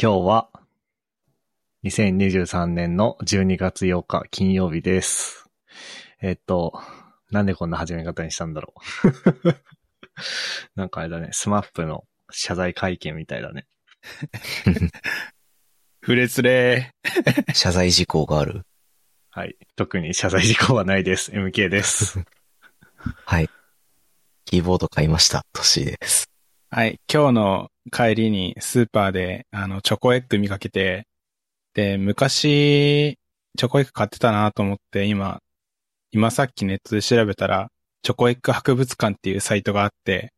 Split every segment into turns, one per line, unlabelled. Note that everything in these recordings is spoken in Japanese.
今日は、2023年の12月8日金曜日です。えっと、なんでこんな始め方にしたんだろう。 なんかあれだね、スマップの謝罪会見みたいだね。
フレスレ
謝罪事項がある。
はい。特に謝罪事項はないです。MK です。
はい。キーボード買いました。トッシーです。
はい。今日の帰りにスーパーで、あの、チョコエッグ見かけて、で、昔、チョコエッグ買ってたなと思って、今、今さっきネットで調べたら、チョコエッグ博物館っていうサイトがあって、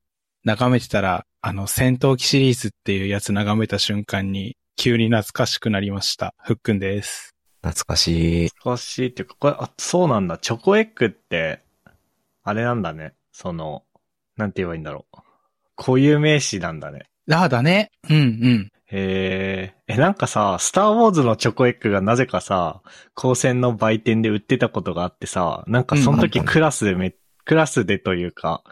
眺めてたら、あの、戦闘機シリーズっていうやつ眺めた瞬間に、急に懐かしくなりました。ふっくんです。
懐かしい。
少しっていうか、これ、あ、そうなんだ。チョコエッグって、あれなんだね。その、なんて言えばいいんだろう。固有名詞なんだね。
ああ、だね。うんうん。
へえ、え、なんかさ、スターウォーズのチョコエッグがなぜかさ、高専の売店で売ってたことがあってさ、なんかその時
うん
クラスでめ、クラスでというか、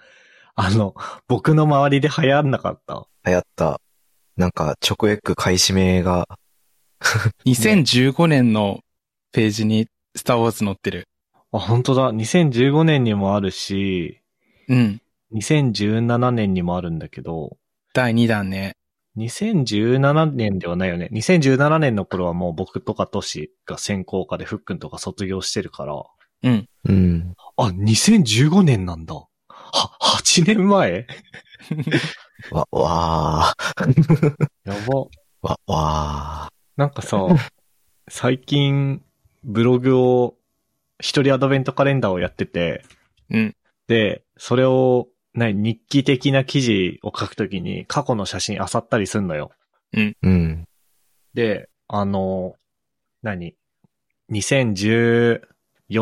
あの、僕の周りで流行んなかった。
流行った。なんか、チョコエッグ買い占めが、
2015年のページに、スターウォーズ載ってる。
あ、本当だ。2015年にもあるし、
うん。
2017年にもあるんだけど、
第2弾ね。
2017年ではないよね。2017年の頃はもう僕とかトシが専攻科でフックンとか卒業してるから、
うん。
うん。
あ、2015年なんだ。は、8年前
わ、わー。
やば。
わ、わ
なんかさ、最近、ブログを、一人アドベントカレンダーをやってて、
うん。
で、それを、な日記的な記事を書くときに過去の写真漁ったりすんのよ。
ー。うん。
で、あの、何 ?2014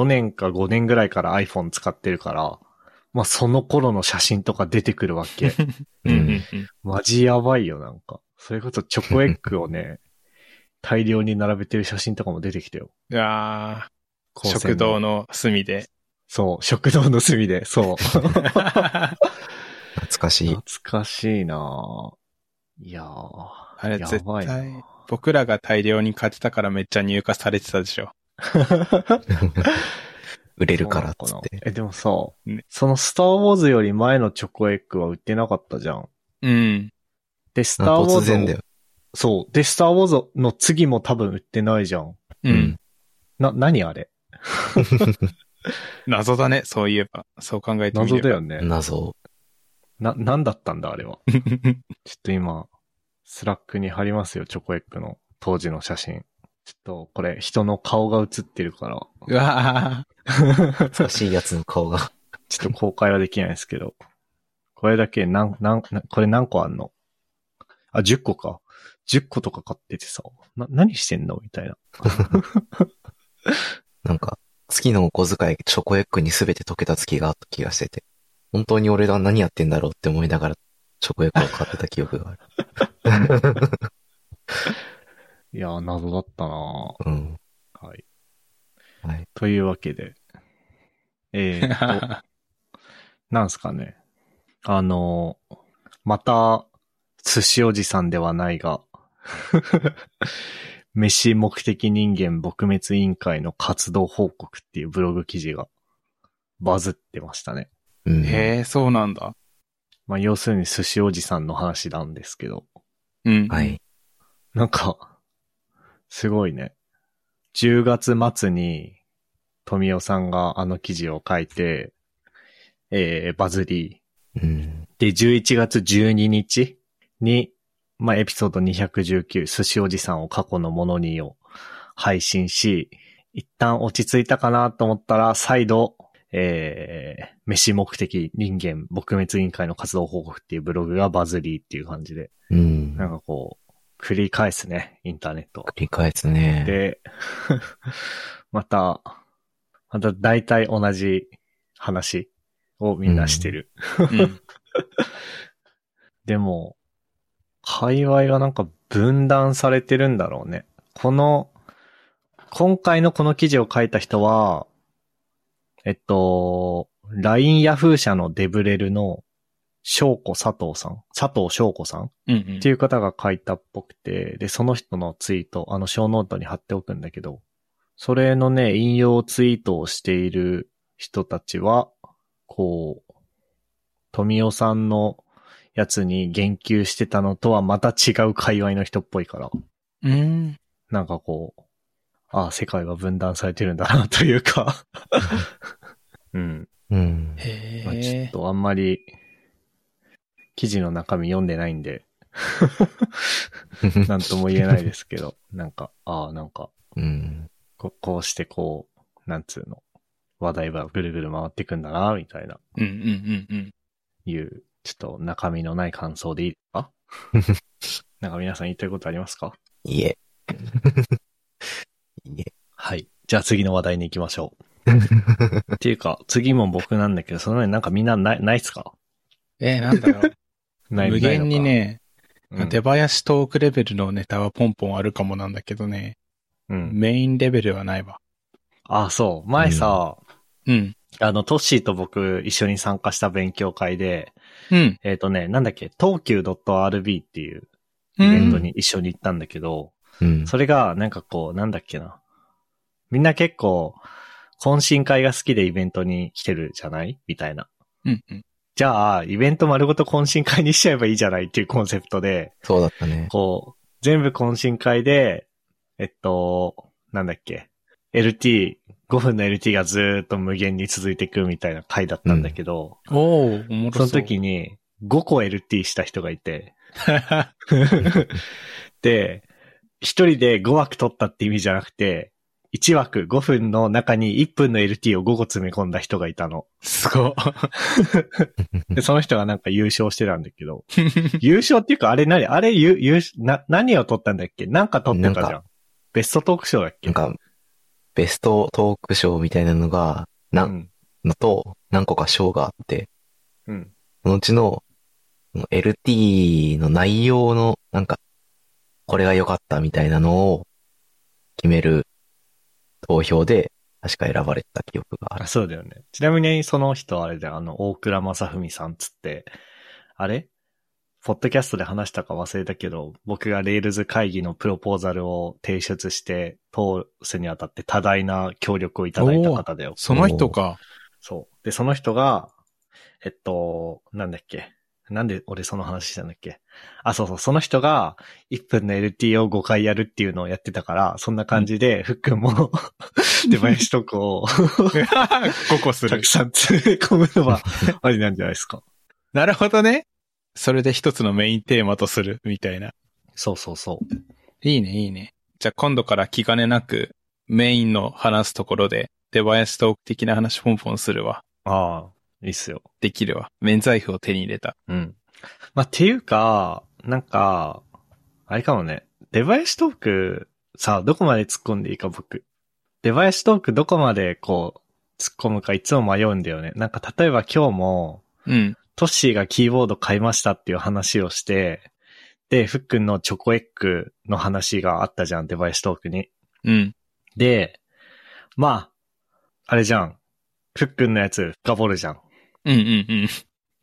年か5年ぐらいから iPhone 使ってるから、まあ、その頃の写真とか出てくるわ け。
うん
マジやばいよ、なんか。それこそチョコエッグを ね、大量に並べてる写真とかも出てきたよ。
いやー
高専
食堂。の隅で。
そう、食堂の隅で、 そう。
あ
懐かしい
懐。かしいなぁ。いやぁ。
れ
や
絶
ばい
対
な、
僕らが大量に買ってたからめっちゃ入荷されてたでしょ。
売れるからっつ
そうなの
っ
かな
て。
え、でもさ、
ね
そのスターウォーズより前のチョコエッグは売ってなかったじゃん。
うん。
で、スター
な
ウォー
突
ズ
然
を
だよ。。
そう。で、スターウォーズの次も多分売ってないじゃん。
う。。
うん
な、何あれ
謎だね、そういえば。そう考えてみ
謎
れ
だ
ば。
よね。
謎。
な、なんだったんだ、あれ は。
謎だよ。
ちょっと今、スラックに貼りますよ、チョコエッグの当時の写真。ちょっと、これ、人の顔が写ってるから、
うわ
懐かしいやつの顔が。
ちょっと公開はできないですけど。これだけ、なん、なん、なこれ何個あんのあ、10個か。10個とか買っててさ、な、何してんのみたいな。
なんか、月のお小遣い、チョコエッグにすべて溶けた月があった気がしてて。本当に俺が何やってんだろうって思いながら、チョコエッグを買ってた記憶がある。
いやー、謎だったな
うん。
ぁはい。
はい。
というわけで。えーっと、
ー
なんすかね。あのーまた、寿司おじさんではないが、 飯目的人間撲滅委員会の活動報告っていうブログ記事がバズってましたね。
うん。
へえ、そうなんだ。
まあ、要するに寿司おじさんの話なんですけど、
うん。
はい。
なんか、すごいね。10月末に、富尾さんがあの記事を書いて、えー、バズり、
うん。
で、11月12日に、まあ、エピソード219、寿司おじさんを過去のものにを配信し、一旦落ち着いたかなと思ったら、再度、えー、飯目的人間撲滅委員会の活動報告っていうブログがバズリーっていう感じで、
うん。
なんかこう、繰り返すね、インターネットは
繰り返すね。
で、 また、また大体同じ話をみんなしてる。
うん
でも、界隈がなんか分断されてるんだろうね。この、今回のこの記事を書いた人は、えっと、LINE ヤフー社のデブレルの翔子佐藤さん、佐藤翔子さん
うんう
っ
ん
ていう方が書いたっぽくて、で、その人のツイート、あの、小ノートに貼っておくんだけど、それのね、引用ツイートをしている人たちは、こう、富尾さんのやつに言及してたのとはまた違う界隈の人っぽいから、
うん。
なんかこう、ああ、世界は分断されてるんだな、というか。うん。
うん。
へ
まあ、ちょっ
え。
とあんまり、記事の中身読んでないんで、 なんとも言えないですけど、なんか、ああ、なんか、
うん。
ここうしてこう、なんつうの、話題はぐるぐる回ってくんだな、みたいな、
うんうんうんうん。
いう、ちょっと中身のない感想でいいですか なんか皆さん言いたいことありますか
い え。いえ。
はい。じゃあ次の話題に行きましょう。っていうか、次も僕なんだけど、その前になんかみんなない、ないっすか
えー、なんだろう。
ない
無限に、ね、
ないのか
出囃子トークレベルのネタはポンポンあるかもなんだけどね、
うん。うん
メインレベルはないわ。
あ、そう。前さ、
うん。
あの、トッシーと僕一緒に参加した勉強会で、
うん。
えっ、とね、なんだっけ、東急 .rb っていうイ
う
ベント
ん。
に一緒に行ったんだけど、
うん。
それがなんかこう、なんだっけな。みんな結構、懇親会が好きでイベントに来てるじゃないみたいな。
うん。うん。
じゃあ、イベント丸ごと懇親会にしちゃえばいいじゃないっていうコンセプトで、
そうだったね。
こう、全部懇親会で、えっと、なんだっけ、LT、5分の LT がずーっと無限に続いていくみたいな回だったんだけど、
おー、おもろ
そ
そう。
の時に5個 LT した人がいて、
う
で、一人で5枠取ったって意味じゃなくて、1枠5分の中に1分の LT を5個詰め込んだ人がいたの。
すごい。
で、その人がなんか優勝してたんだけど、優勝っていうかあれ何あれ優、優、な、何を取ったんだっけなんか取ってたじ
な
ゃ
ん
ん。ベストトークショーだっけ
なんか、ベストトークショーみたいなのが、な
うんん。
のと、何個か賞があって、
うん。
そのうちの、その LT の内容の、なんか、これが良かったみたいなのを決める投票で、確か選ばれた記憶がある
あ、。そうだよね。ちなみにその人はあれだよ、あの、大倉正文さんつって、あれポッドキャストで話したか忘れたけど、僕がレールズ会議のプロポーザルを提出して通すにあたって多大な協力をいただいた方だよ。
その人か。
そう。で、その人が、えっと、なんだっけ。なんで俺その話したんだっけ。あ、そうそう。その人が1分の LT を5回やるっていうのをやってたから、そんな感じで、ふっくん も出前しとこう。
5個 す
た
る
く。さん詰め込む のはありなんじゃないですか。
なるほどね。それで一つのメインテーマとする、みたいな。
そうそうそう。
いいね、いいね。じゃあ今度から気兼ねなく、メインの話すところで、出囃子トーク的な話ポンポンするわ。
ああ、いいっすよ。
できるわ。免罪符を手に入れた。
うん。まあ、っていうか、なんか、あれかもね、デバイストーク、さあ、どこまで突っ込んでいいか僕。デバイストークどこまでこう、突っ込むかいつも迷うんだよね。なんか、例えば今日も、
うん。
トッシーがキーボード買いましたっていう話をして、で、ふっくんのチョコエッグの話があったじゃん、デバイストークに。
うん。
で、まあ、あれじゃん。ふっくんのやつ深掘るじゃん。
うんうん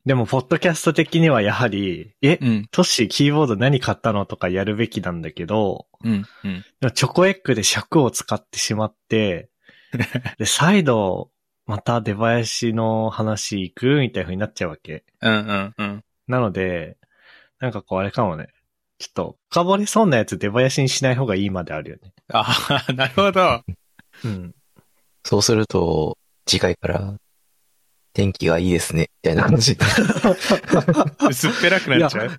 でも、ポッドキャスト的にはやはり、え
うん。う、ん。
トッシーキーボード何買ったのとかやるべきなんだけど、
うん。うん。
でもチョコエッグで尺を使ってしま って、で、再度、また出囃子の話行くみたいな風になっちゃうわけ。
うんうんうん。
なので、なんかこうあれかもね。ちょっと、深掘りそうなやつ出囃子にしない方がいいまであるよね。
ああ、なるほど。
うん。
そうすると、次回から、天気がいいですね、みたいな話。
薄っぺらくなっちゃ。
いう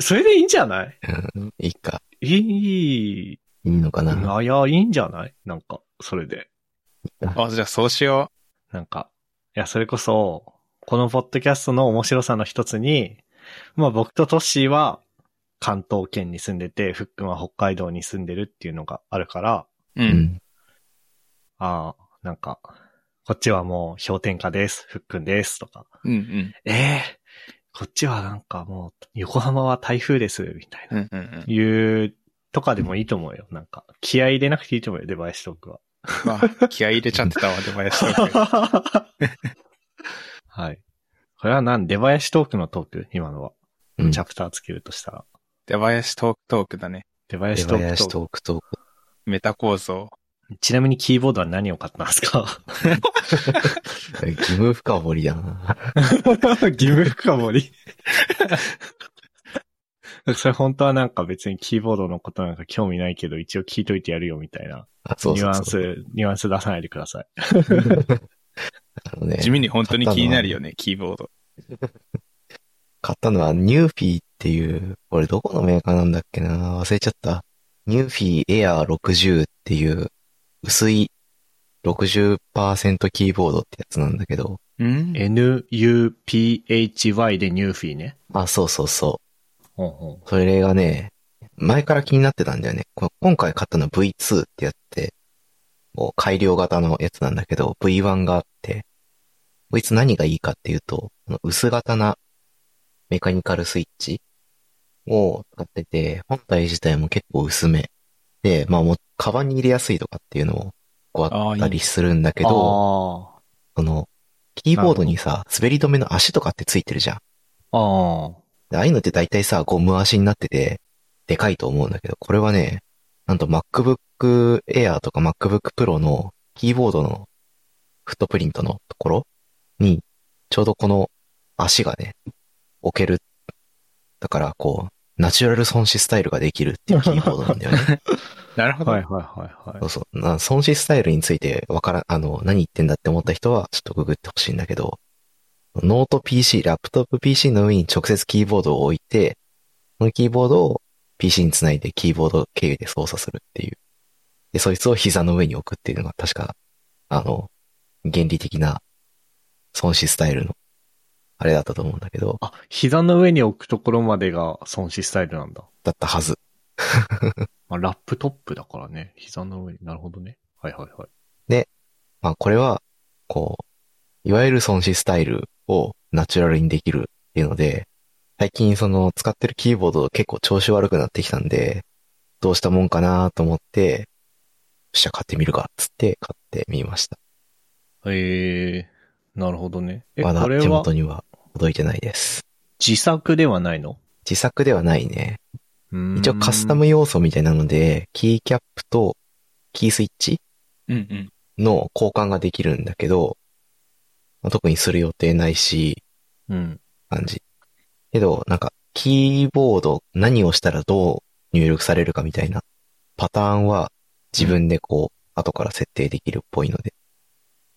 それでいいんじゃない
うん いいか、
いい、
いいのかな。
いや、いいんじゃないなんか、それで。
あ、じゃあそうしよ
なんか、いや、それこそ、このポッドキャストの面白さの一つに、まあ僕とトッシーは関東圏に住んでて、ふっくんは北海道に住んでるっていうのがあるから、
う。う。
うんん。
ああ、なんか、こっちはもう氷点下です、ふっくんですとか、
うんうん。
ええこっちはなんかもう横浜は台風です、みたいな、
うんうんうん。
いうとかでもいいと思うよ。なんか、気合い入れなくていいと思うよ、デバイストークは。
まあ、気合い入れちゃってたわ、出囃子トーク。
はい。これは何出囃子トークのトーク今のは。
うん。
チャプターつけるとしたら。
出囃子トークトークだね。
出囃
出
子トークト
囃子
ーク。
トークトーク。
メタ構造。
ちなみにキーボードは何を買ったんです か
義務深掘りだ な。
義務深掘り。それ本当はなんか別にキーボードのことなんか興味ないけど、一応聞いといてやるよみたいな。
あ、そう
ニュ
そう
ア
そ
ン
う。
ス、ニュアンス出さないでください。
あのね、
地味に本当に気になるよね、キーボード。
買ったのはニューフィーっていう、これどこのメーカーなんだっけな忘れちゃった。ニューフィーエアー60っていう、薄い60%キーボードってやつなんだけど、
うん。
NUPHY でニューフィーね。
あ、そうそうそ
ほんほん
う。それがね、前から気になってたんだよね。こ今回買ったの V2 ってやって、もう改良型のやつなんだけど、V1 があって、V2 何がいいかっていうと、この薄型なメカニカルスイッチを使ってて、本体自体も結構薄め。で、まあもう、カバンに入れやすいとかっていうのも、こうあったりするんだけど、
あ
その、キーボードにさ、滑り止めの足とかってついてるじゃん。
あ。ああ。
でああいうのって大体さ、ゴム足になってて、でかいと思うんだけど、これはね、なんと MacBook Air とか MacBook Pro のキーボードのフットプリントのところに、ちょうどこの足がね、置ける。だから、こう、ナチュラル損失スタイルができるっていうキーボードなんだよね。
なるほど。
はいはいはいはい
そう。そう。な損失スタイルについてわからん、あの、何言ってんだって思った人は、ちょっとググってほしいんだけど、ノート PC、ラップトップ PC の上に直接キーボードを置いて、そのキーボードを PC につないでキーボード経由で操作するっていう。で、そいつを膝の上に置くっていうのが確か、あの、原理的な損失スタイルの、あれだったと思うんだけど、
あ、膝の上に置くところまでが損失スタイルなんだ。
だったはず。
まあ、ラップトップだからね。膝の上に。なるほどね。はいはいはい。
まあこれは、こう、いわゆる損失スタイルをナチュラルにできるっていうので、最近その使ってるキーボード結構調子悪くなってきたんで、どうしたもんかなと思って、よっしゃ買ってみるかっつって買ってみました。
えー、なるほどね。え、
まだ
これ
手
は
元には届いてないです。
自作ではないの
自作ではないね。
うーん
一応カスタム要素みたいなので、キーキャップとキースイッチ
うんうん。
の交換ができるんだけど、まあ特にする予定ないし、
うん。
感じ。けど、なんか、キーボード何をしたらどう入力されるかみたいなパターンは自分でこう、後から設定できるっぽいので、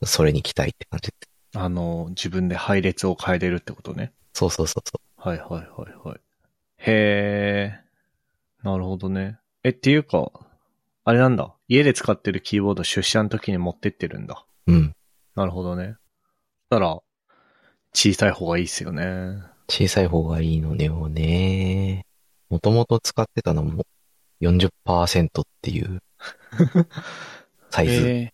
それに期待って感じ。
あの、自分で配列を変えれるってことね。
そうそうそうそ
はいはいはいはい。へー。なるほどね。え、っていうか、あれなんだ。家で使ってるキーボード出社の時に持ってってるんだ。
う。うん。
なるほどね。だから、小さい方がいいっすよね。
小さい方がいいのでもね。もともと使ってたのも40%っていうサ イズ。
え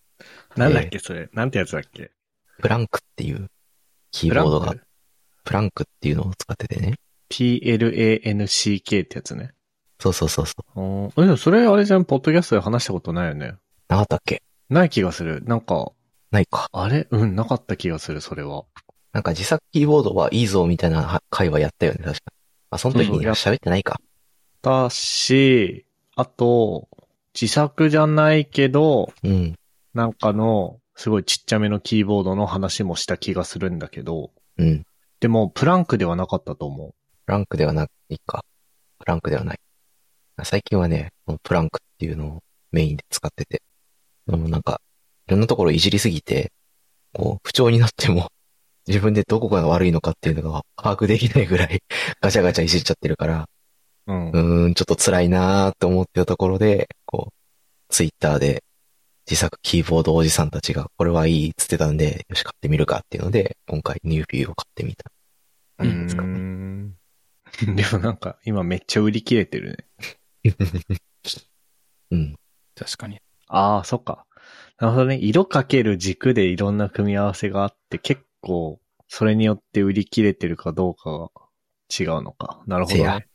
なんだっけ、それ。なんてやつだっけ。
プランクっていうキーボードが、プランクっていうのを使っててね。
PLANCK ってやつね。
そうそうそうそう。
おーえでもそれあれじゃん、ポッドキャストで話したことないよね。
なかったっけ
ない気がする。なんか、
ないか。
あれうん、なかった気がする、それは。
なんか自作キーボードはいいぞみたいなは会話やったよね、確か。あ、その時
うん
に
やっ
喋ってないか。
だし、あと、自作じゃないけど、
うん。
なんかの、すごいちっちゃめのキーボードの話もした気がするんだけど、
うん。
でも、プランクではなかったと思う。
プランクではないか。プランクではない。最近はね、このプランクっていうのをメインで使ってて。でもなんか、いろんなところいじりすぎて、こう、不調になっても、自分でどこが悪いのかっていうのが把握できないぐらいガチャガチャいじっちゃってるから、
うん。
うーん、ちょっと辛いなーって思ってたところで、こう、ツイッターで自作キーボードおじさんたちが、これはいいっつってたんで、よし買ってみるかっていうので、今回ニュービューを買ってみた。
うーん。でもなんか、今めっちゃ売り切れてるね。
うん。
ー、確かに。
ああ、そっか。なるほどね。色かける軸でいろんな組み合わせがあって、結構、それによって売り切れてるかどうかが違うのか。なるほど
せや
ね。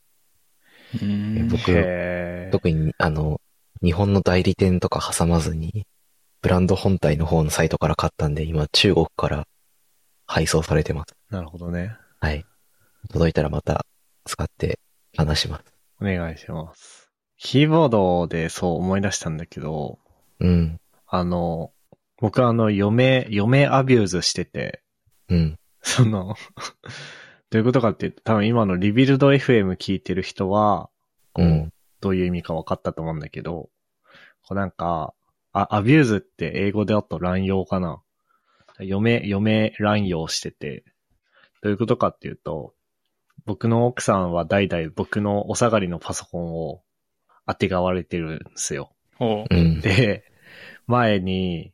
う
え
ん。
僕
へー
特に、あの、日本の代理店とか挟まずに、ブランド本体の方のサイトから買ったんで、今中国から配送されてます。
なるほどね。
はい。届いたらまた使って話します。
お願いします。キーボードでそう思い出したんだけど、
うん。
あの、僕あの、嫁、嫁アビューズしてて、
うん。
その、 どういうことかっていうと、多分今のリビルド FM 聞いてる人は、こう
うん
どういう意味か分かったと思うんだけど、こうなんか、あ、アビューズって英語であと乱用かな。嫁、嫁乱用してて、どういうことかっていうと、僕の奥さんは代々僕のお下がりのパソコンを当てがわれてるんですよ。
ほう。
うん。
で、前に、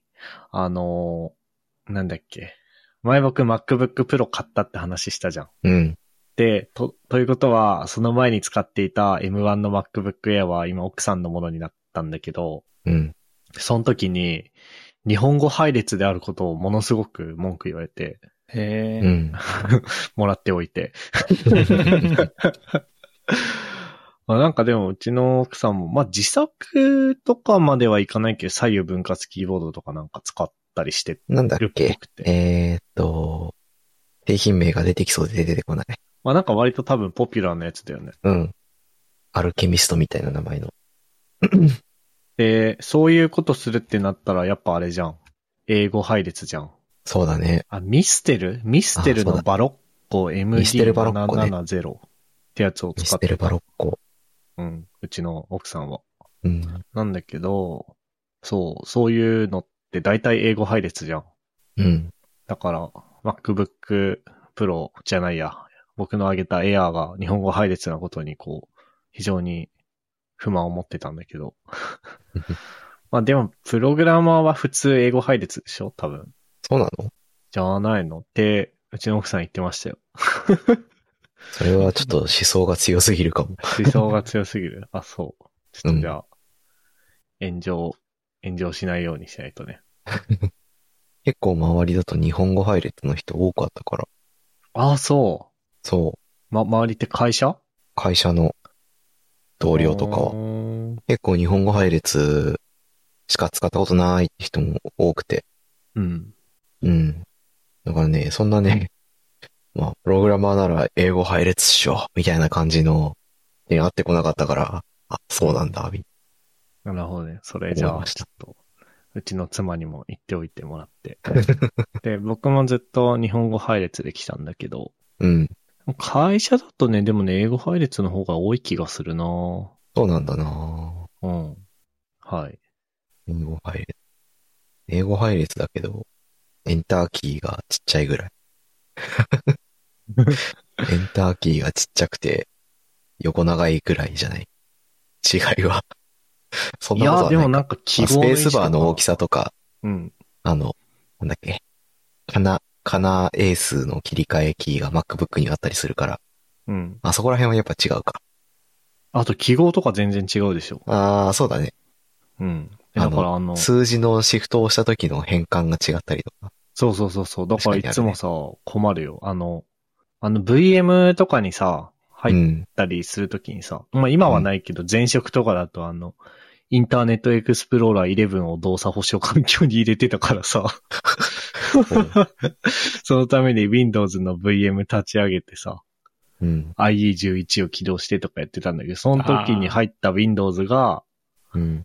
あの、なんだっけ。前僕 MacBook Pro 買ったって話したじゃん。
うん。
で、と、ということは、その前に使っていた M1 の MacBook Air は今奥さんのものになったんだけど、
うん。
その時に、日本語配列であることをものすごく文句言われて、
へ
う
え。
ん。
もらっておいて。まあなんかでもうちの奥さんも、まあ自作とかまではいかないけど、左右分割キーボードとかなんか使ったりして
なんだっ
るっぽ
け
くて。
えーっと、製品名が出てきそうで出てこない。
まあなんか割と多分ポピュラーなやつだよね。
うん。アルケミストみたいな名前の。
で、そういうことするってなったらやっぱあれじゃん。英語配列じゃん。
そうだね。
あ、ミステルミステル
あそう
の
だ
バロッコ
ミステルバロッコね
MD770 ってやつを
ミ
使
ス
って
テルバロッコ。
うん、うちの奥さんは。
うん。
なんだけど、そう、そういうのって大体英語配列じゃん。
うん。
だから、MacBook Pro じゃないや。僕の挙げた Air が日本語配列なことにこう、非常に不満を持ってたんだけ ど。まあでも、プログラマーは普通英語配列でしょ多分。
そうなの
じゃないのって、うちの奥さん言ってましたよ。
それはちょっと思想が強すぎるかも。
思想が強すぎる。あ、そう。ちょっとじゃあ、炎上、炎上しないようにしないとね。
結構周りだと日本語配列の人多かったから。
ああ、そ
そう。
う。ま、周りって会社
会社の同僚とかは。
は。
結構日本語配列しか使ったことないって人も多くて。
うん。
うん。だからね、そんなね、まあ、プログラマーなら英語配列っしょ、みたいな感じの、に合ってこなかったから、あ、そうなんだ、み
なるほどね。それじゃ
思
あ、
いまし
ちょ
た
っと、うちの妻にも言っておいてもら って。で、僕もずっと日本語配列できたんだけど、
うん。
会社だとね、でもね、英語配列の方が多い気がするな
そうなんだな
うん。はい。
英語配列。英語配列だけど、エンターキーがちっちゃいぐ らい。エンターキーがちっちゃくて、横長いぐらいじゃない。違いは。そん
い
なこと
や、
はない
でもなん
か、
か記
まあ
号
スペースバーの大き
さ。
さとか、
うん。
あの、なんだっけ。かな、かなエースの切り替えキーが MacBook にあったりするから、
うん。
あそこら辺はやっぱ違うか。
あと記号とか全然違うでしょ。
ああ、そうだね。
うん。えだからあの、そう
数字のシフトを押した時の変換が違ったりとか。
そうそうそう。だからい
確かにあるね
つもさ、困るよ。あの、あの VM とかにさ、入っ
うん
っ。たりするときにさ、まあ今はないけど、前職とかだとあの、インターネットエクスプローラー11を動作保証環境に入れてたからさ、 そのために Windows の VM 立ち上げてさ、
うん。
IE11 を起動してとかやってたんだけど、その時に入った Windows が、
うん。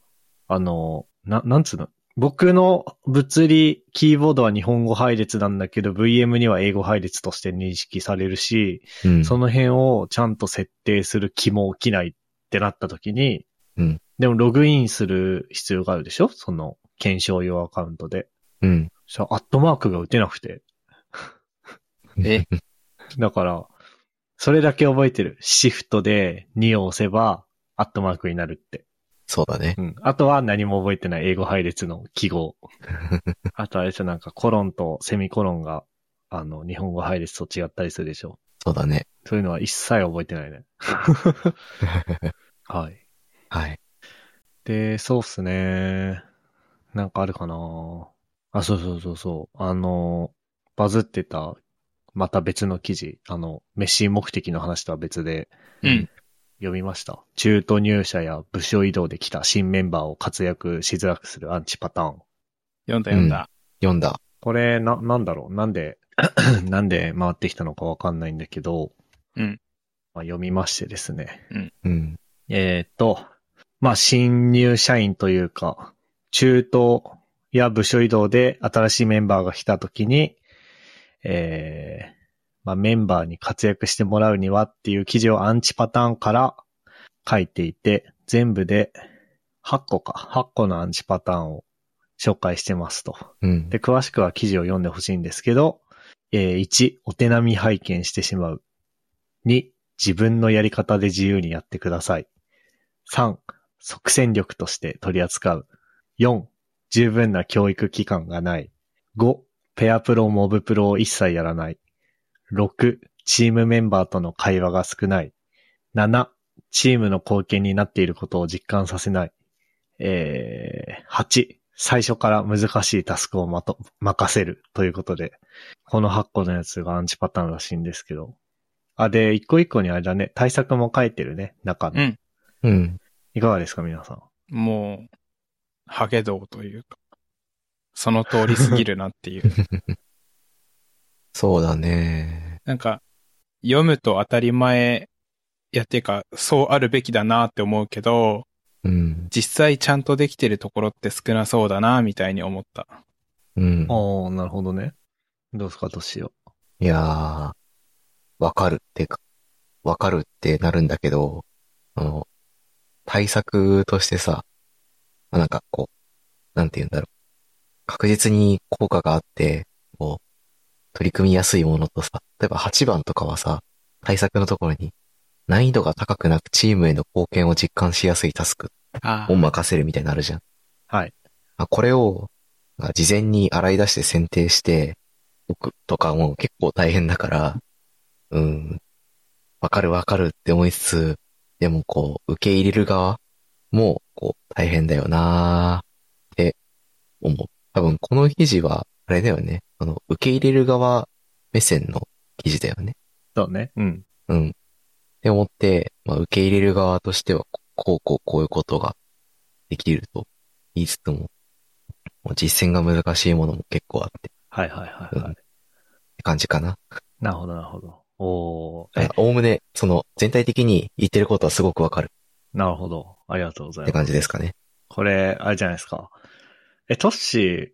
あの、な、なんつうの僕の物理キーボードは日本語配列なんだけど、VM には英語配列として認識されるし、
うん。
その辺をちゃんと設定する気も起きないってなった時に、
うん
でもログインする必要があるでしょその検証用アカウントで。
うん。
そしたらアットマークが打てなくて。
え
だから、それだけ覚えてる。シフトで2を押せば、アットマークになるって。
そうだね。
うん。あとは何も覚えてない英語配列の記号。あとあれでしょなんかコロンとセミコロンが、あの、日本語配列と違ったりするでしょ
そうだね。
そういうのは一切覚えてないね。はい。
はい。
で、そうっすね。なんかあるかなあ、そうそうそうそう。あの、バズってた、また別の記事、あの、メッシ目的の話とは別で
うん。
読みました。中途入社や部署移動で来た新メンバーを活躍しづらくするアンチパターン。
読んだ読んだ。
読んだ。
これ、な、なんだろうなんで なんで回ってきたのかわかんないんだけど、
うん
まあ、読みましてですね。
うん。
えっ、と、まあ、新入社員というか、中東や部署移動で新しいメンバーが来た時に、えーまあ、メンバーに活躍してもらうにはっていう記事をアンチパターンから書いていて、全部で8個か、8個のアンチパターンを紹介してますと。
うん。
で、詳しくは記事を読んでほしいんですけど、えー1、お手並み拝見してしまう。2、自分のやり方で自由にやってください。3、即戦力として取り扱う。4、十分な教育機関がない。5、ペアプロ、モブプロを一切やらない。6、チームメンバーとの会話が少ない。7、チームの貢献になっていることを実感させない。えー、8、最初から難しいタスクをまと、任せるということで、この8個のやつがアンチパターンらしいんですけど。あ、で、一個一個にあれだね、対策も書いてるね、中
う
の。
ん。
うん。
いかがですか、皆さん。
もう、ハゲ道というか、その通りすぎるなって いう。
そうだね。
なんか、読むと当たり前、いや、っていうか、そうあるべきだなって思うけど、
うん。
実際ちゃんとできてるところって少なそうだな、みたいに思った。
うん。
おー、なるほどね。どうですか、どうしよ
いやー、わかるってか、わかるってなるんだけど、あの、対策としてさ、あなんかこう、なんて言うんだろう。確実に効果があって、こう、取り組みやすいものとさ、例えば8番とかはさ、対策のところに、難易度が高くなくチームへの貢献を実感しやすいタスク
あ
を任せるみたいになるじゃん。
う。はい。
あ、これを、なんか事前に洗い出して選定しておくとかも結構大変だから、うん、わかるわかるって思いつつ、でもこう、受け入れる側も、こう、大変だよなーって思う。多分この記事は、あれだよね。あの、受け入れる側目線の記事だよね。
そうね。うん。
うん。って思って、まあ、受け入れる側としては、こうこうこういうことができると言いつつも、もう実践が難しいものも結構あってっ
はいはいはいはい。
うんて感じかな。
なるほどなるほど。おー、
あおおむね、その全体的に言ってることはすごくわかる
なるほど。ありがとうございま
っ
す。
て感じですかね。
これ、あれじゃないですか。え、トッシー、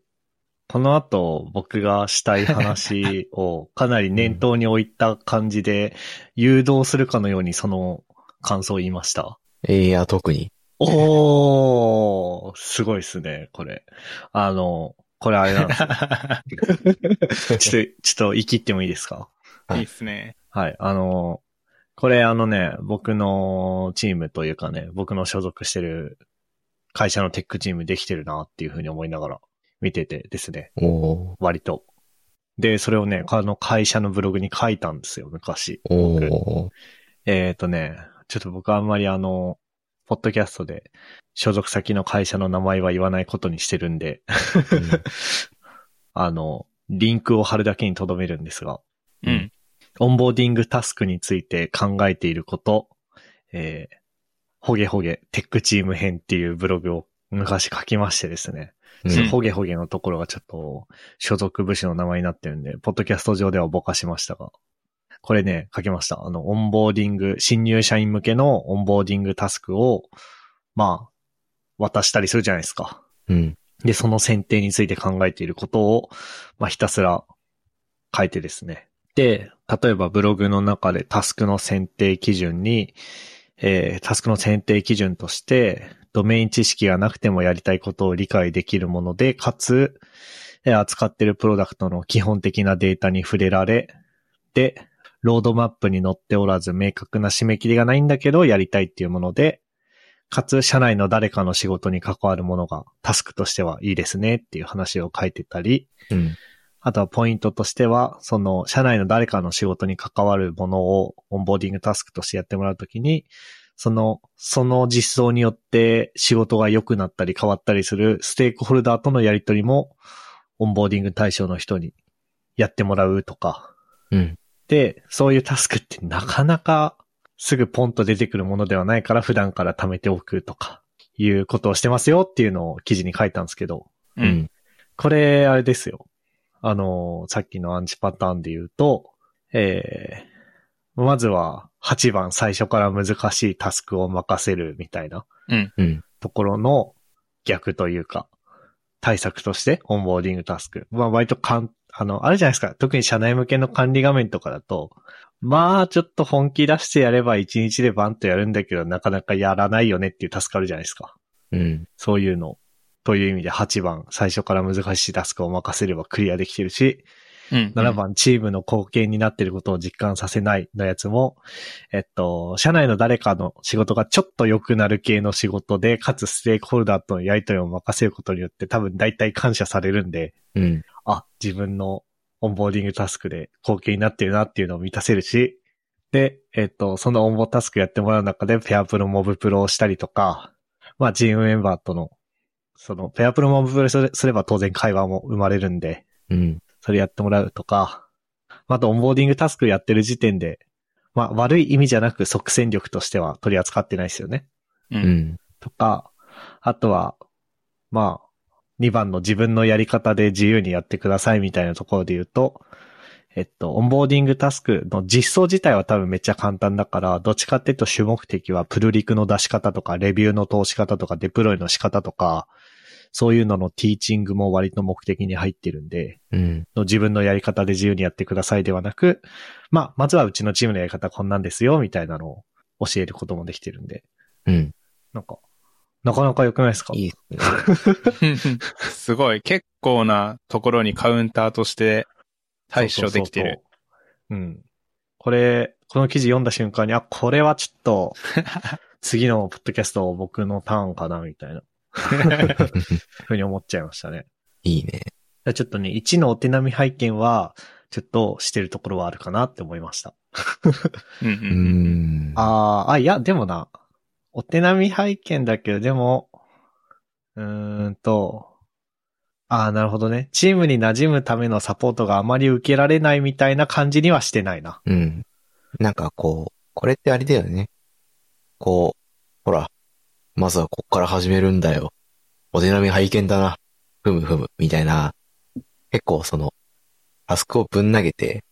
この後僕がしたい 話をかなり念頭に置いた感じで誘導するかのようにその感想を言いました。
いや、特に。
おー、すごいですね、これ。あの、これあれなんですよ。
あ。
ちょっと、ちょっと言い切ってもいいですか
はいい
いっすね。
はい、あの、これあのね、僕のチームというかね、僕の所属してる会社のテックチームできてるなっていうふうに思いながら見ててですね。
お
割と。で、それをね、あの会社のブログに書いたんですよ、昔。
ー、おー、
えっ、とね、ちょっと僕はあんまりあの、ポッドキャストで所属先の会社の名前は言わないことにしてるんで、 あの、リンクを貼るだけにとどめるんですが、
うん
うん。
オンボーディングタスクについて考えていること、えー、ほげほげ、テックチーム編っていうブログを昔書きましてですね。
うん
その
うん
ほげほげのところがちょっと所属部署の名前になってるんで、ポッドキャスト上ではぼかしましたが、これね、書きました。あの、オンボーディング、新入社員向けのオンボーディングタスクを、まあ、渡したりするじゃないですか。
うん、
で、その選定について考えていることを、まあ、ひたすら書いてですね。で、例えばブログの中でタスクの選定基準に、えータスクの選定基準として、ドメイン知識がなくてもやりたいことを理解できるもので、かつ、えー扱っているプロダクトの基本的なデータに触れられ、で、ロードマップに載っておらず明確な締め切りがないんだけど、やりたいっていうもので、かつ、社内の誰かの仕事に関わるものがタスクとしてはいいですねっていう話を書いてたり、
うん、
あとはポイントとしては、その、社内の誰かの仕事に関わるものをオンボーディングタスクとしてやってもらうときに、その、その実装によって仕事が良くなったり変わったりするステークホルダーとのやりとりも、オンボーディング対象の人にやってもらうとか、
うん、
で、そういうタスクってなかなかすぐポンと出てくるものではないから普段から貯めておくとか、いうことをしてますよっていうのを記事に書いたんですけど、
うん。
これ、あれですよ。あの、さっきのアンチパターンで言うと、えー、まずは8番最初から難しいタスクを任せるみたいな
うん。
ところの逆というか、対策としてオンボーディングタスク。まあ割とかん、あの、あるじゃないですか。特に社内向けの管理画面とかだと、まあちょっと本気出してやれば1日でバンとやるんだけど、なかなかやらないよねっていうタスクあるじゃないですか。
うん。
そういうの。という意味で8番、最初から難しいタスクを任せればクリアできてるし、
うん
7番、チームの貢献になってることを実感させないのやつも、えっと、社内の誰かの仕事がちょっと良くなる系の仕事で、かつステークホルダーとのやりとりを任せることによって多分大体感謝されるんで、
うん。
あ、自分のオンボーディングタスクで貢献になってるなっていうのを満たせるし、で、えっ、と、そのオンボタスクやってもらう中でペアプロモブプロをしたりとか、まあチームメンバーとの、そのペアプロモブプロすれすれば当然会話も生まれるんで、
うん。
それやってもらうとか、あとオンボーディングタスクやってる時点で、まあ悪い意味じゃなく即戦力としては取り扱ってないですよね。
う。
うんん。
とか、あとは、まあ、2番の自分のやり方で自由にやってくださいみたいなところで言うと、えっと、オンボーディングタスクの実装自体は多分めっちゃ簡単だから、どっちかっていうと主目的はプルリクの出し方とか、レビューの通し方とか、デプロイの仕方とか、そういうののティーチングも割と目的に入ってるんで、
うん。
の自分のやり方で自由にやってくださいではなく、まあ、まずはうちのチームのやり方こんなんですよ、みたいなのを教えることもできてるんで、
うん。
なんか、なかなか良くないですか
いいっすね。
すごい。結構なところにカウンターとして対処できて
そうそ
る。
うそうそう。うん。これ、この記事読んだ瞬間に、あ、これはちょっ と、次のポッドキャスト僕のターンかな、みたいな、ふうに思っちゃいましたね。
いいね。
だからちょっとね、1のお手並み拝見は、ちょっとしてるところはあるかなって思いました。
うんう
うんん。
ああ、あ、いや、でもな、お手並み拝見だけど、でも、うーんと、ああ、なるほどね。チームに馴染むためのサポートがあまり受けられないみたいな感じにはしてないな。
うん。なんかこう、これってあれだよね。こう、ほら、まずはこっから始めるんだよ。お手並み拝見だな。ふむふむ、みたいな。結構その、タスクをぶん投げて、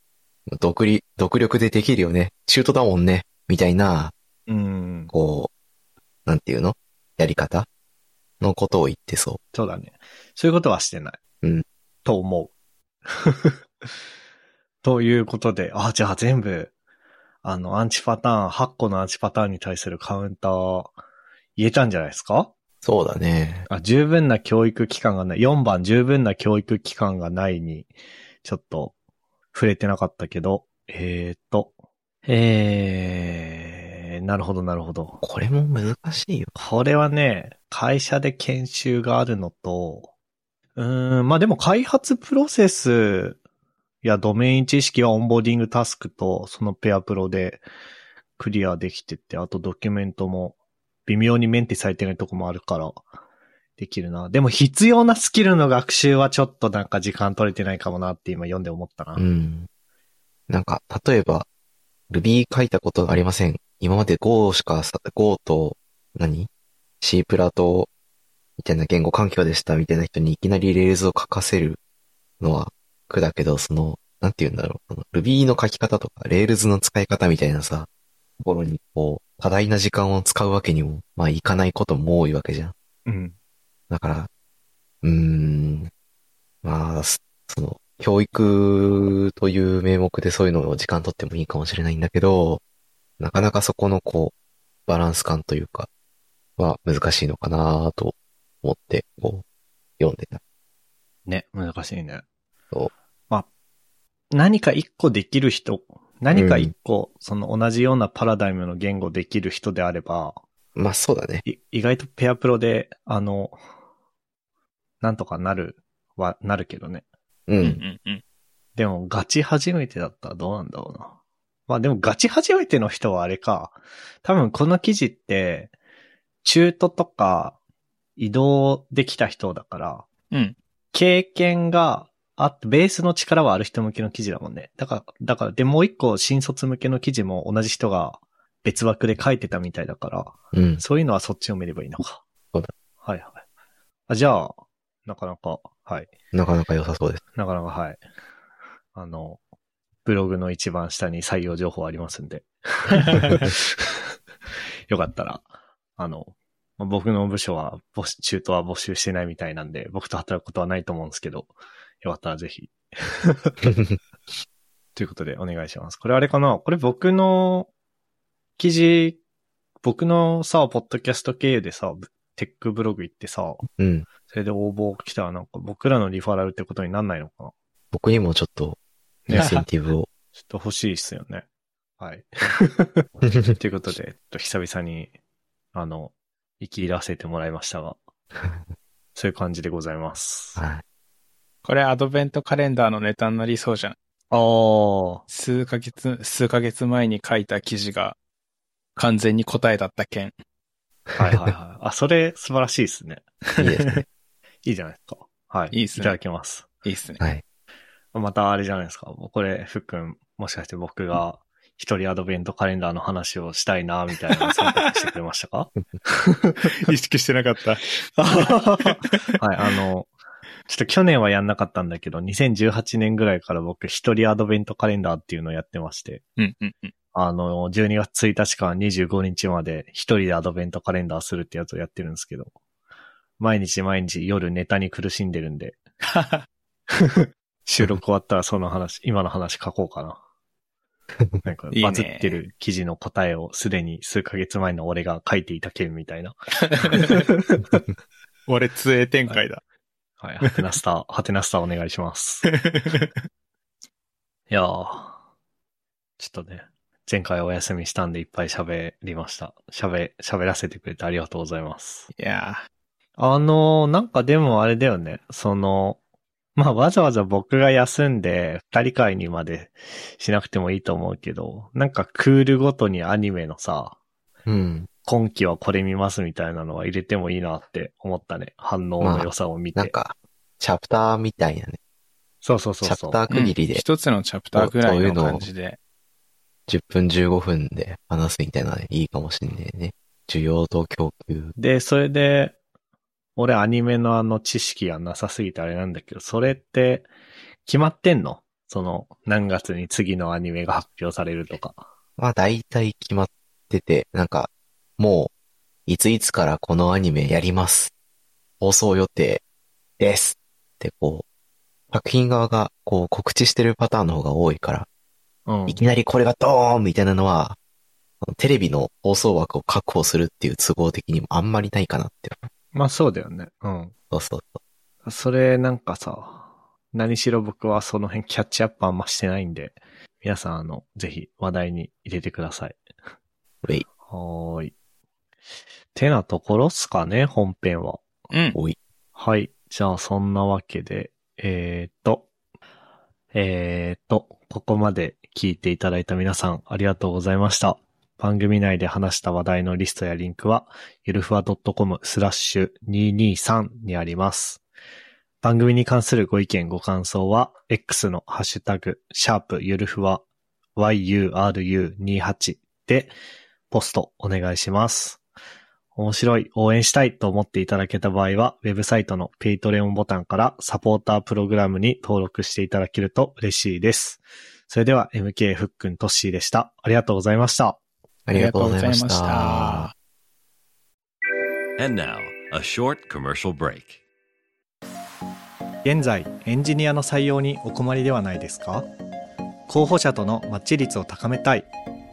独立、独力でできるよね。中途だもんね。みたいな、
うん。
こう、なんていうのやり方のことを言ってそ
そうだね。そういうことはしてない。
うん。
と思う。 ということで、あ、じゃあ全部、あの、アンチパターン、8個のアンチパターンに対するカウンター、言えたんじゃないですか
う。そうだね。
あ、十分な教育機関がない。4番、十分な教育機関がないに、ちょっと、触れてなかったけど、えーっと、えー、なるほど、なるほど。
これも難しいよ。
これはね、会社で研修があるのと、うーん、まあでも開発プロセスやドメイン知識はオンボーディングタスクとそのペアプロでクリアできてて、あとドキュメントも微妙にメンテされてないとこもあるからできるな。でも必要なスキルの学習はちょっとなんか時間取れてないかもなって今読んで思ったな。
うん。なんか、例えば、Ruby 書いたことがありません。今まで Go しかさ、Go と何、?C プラと、みたいな言語環境でした、みたいな人にいきなり Rails を書かせるのは苦だけど、その、なんて言うんだろう。その Ruby の書き方とか、Rails の使い方みたいなさ、ところに、こう、多大な時間を使うわけにも、まあ、いかないことも多いわけじゃん。
うん。
だから、うーん、まあ、すその、教育という名目でそういうのを時間取ってもいいかもしれないんだけど、なかなかそこのこう、バランス感というか、は難しいのかなと思って、こう、読んでた。
ね、難しいね。
そう
まあ、何か一個できる人、何か一個、その同じようなパラダイムの言語できる人であれば、
まあそうだね。
い意外とペアプロで、あの、なんとかなるは、なるけどね。
う。
うんんうん
でも、ガチ初めてだったらどうなんだろうな。まあでも、ガチ初めての人はあれか。多分、この記事って、中途とか、移動できた人だから、
うん。
経験があって、ベースの力はある人向けの記事だもんね。だから、だから、で、もう一個新卒向けの記事も同じ人が別枠で書いてたみたいだから、
うん。
そういうのはそっちを見ればいいのか。
そうだ。
はいはい。あじゃあ、なかなかはい。
なかなか良さそうです。
なかなかはい。あの、ブログの一番下に採用情報ありますんで。よかったら、あの、まあ僕の部署は募集、中途は募集してないみたいなんで、僕と働くことはないと思うんですけど、よかったらぜひ。ということでお願いします。これあれかなこれ僕の記事、僕のさ、ポッドキャスト経由でさ、テックブログ行ってさ、
うん。
それで応募来たらなんか僕らのリファラルってことになんないのかな
僕にもちょっと、インセンティ ブを。
ちょっと欲しいっすよね。はい。ということで、えっと、久々に、あの、生き入らせてもらいました が、そういう感じでございます。あ
は
これアドベントカレンダーのネタになりそうじゃない
あー、
数ヶ月、数ヶ月前に書いた記事が完全に答えだった件。
はいはいはい。あ、それ素晴らしいですね。
い。いいですね。
いいじゃないですか。はい。
いいっすね
いただきます。
いいっすね。
はい。
またあれじゃないですか。もうこれ、ふっくん、もしかして僕が一人アドベントカレンダーの話をしたいな、みたいな選択してくれましたか
意識してなかった。
はい、あの、ちょっと去年はやんなかったんだけど、2018年ぐらいから僕一人アドベントカレンダーっていうのをやってまして、
うんうん うん。
あの、12月1日から25日まで一人でアドベントカレンダーするってやつをやってるんですけど、毎日毎日夜ネタに苦しんでるんで、収録終わったらその 話、今の話書こうかな。なんか
いいね、
バズってる記事の答えをすでに数ヶ月前の俺が書いていた件みたいな。
俺、通営展開だ。
はい、ハテナスター、 ハテナスターお願いし ます。いやー、ちょっとね、前回お休みしたんでいっぱい喋りました。喋、喋らせてくれてありがとうございます。
いや
あのー、なんかでもあれだよね、その、まあわざわざ僕が休んで二人会にまでしなくてもいいと思うけど、なんかクールごとにアニメのさ、
うん。
今期はこれ見ますみたいなのは入れてもいいなって思ったね。反応の良さを見て。
なんか、チャプターみたいなね。
そうそうそう
チ
そう。
ャプター
ー
区切り
うん
で
一つのチャプターぐらい
そうい
の
うのを
感じで。
10分15分で話すみたいなのいいかもしんねえね。需要と供給。
で、それで、俺アニメのあの知識がなさすぎてあれなんだけど、それって決まってんのその何月に次のアニメが発表されるとか。
まあ大体決まってて、なんか、もう、いついつからこのアニメやります。放送予定です。ってこう、作品側がこう告知してるパターンの方が多いから、
うん
い。きなりこれがドーンみたいなのは、テレビの放送枠を確保するっていう都合的にもあんまりないかなって。
まあそうだよね。うん。
そうそうそ
それなんかさ、何しろ僕はその辺キャッチアップあんましてないんで、皆さんあの、ぜひ話題に入れてください。
う。ウェイ、
はーい。てなところっすかね、本編は。
うん。
おい。
はい。じゃあ、そんなわけで、えーっと、えーっと、ここまで聞いていただいた皆さん、ありがとうございました。番組内で話した話題のリストやリンクは、ゆるふわ .com スラッシュ223にあります。番組に関するご意見、ご感想は、X のハッシュタグ、シャープゆるふわ、yuru28 で、ポストお願いします。面白い、応援したいと思っていただけた場合は、ウェブサイトのペイトレオンボタンからサポータープログラムに登録していただけると嬉しいです。それでは MK ふっくんとっしーでした。ありがとうございました。
ありがとうございまし
ありがとうございました
た。
And now, a short commercial break.
現在エンジニアの採用にお困りではないですか候補者とのマッチ率を高めたい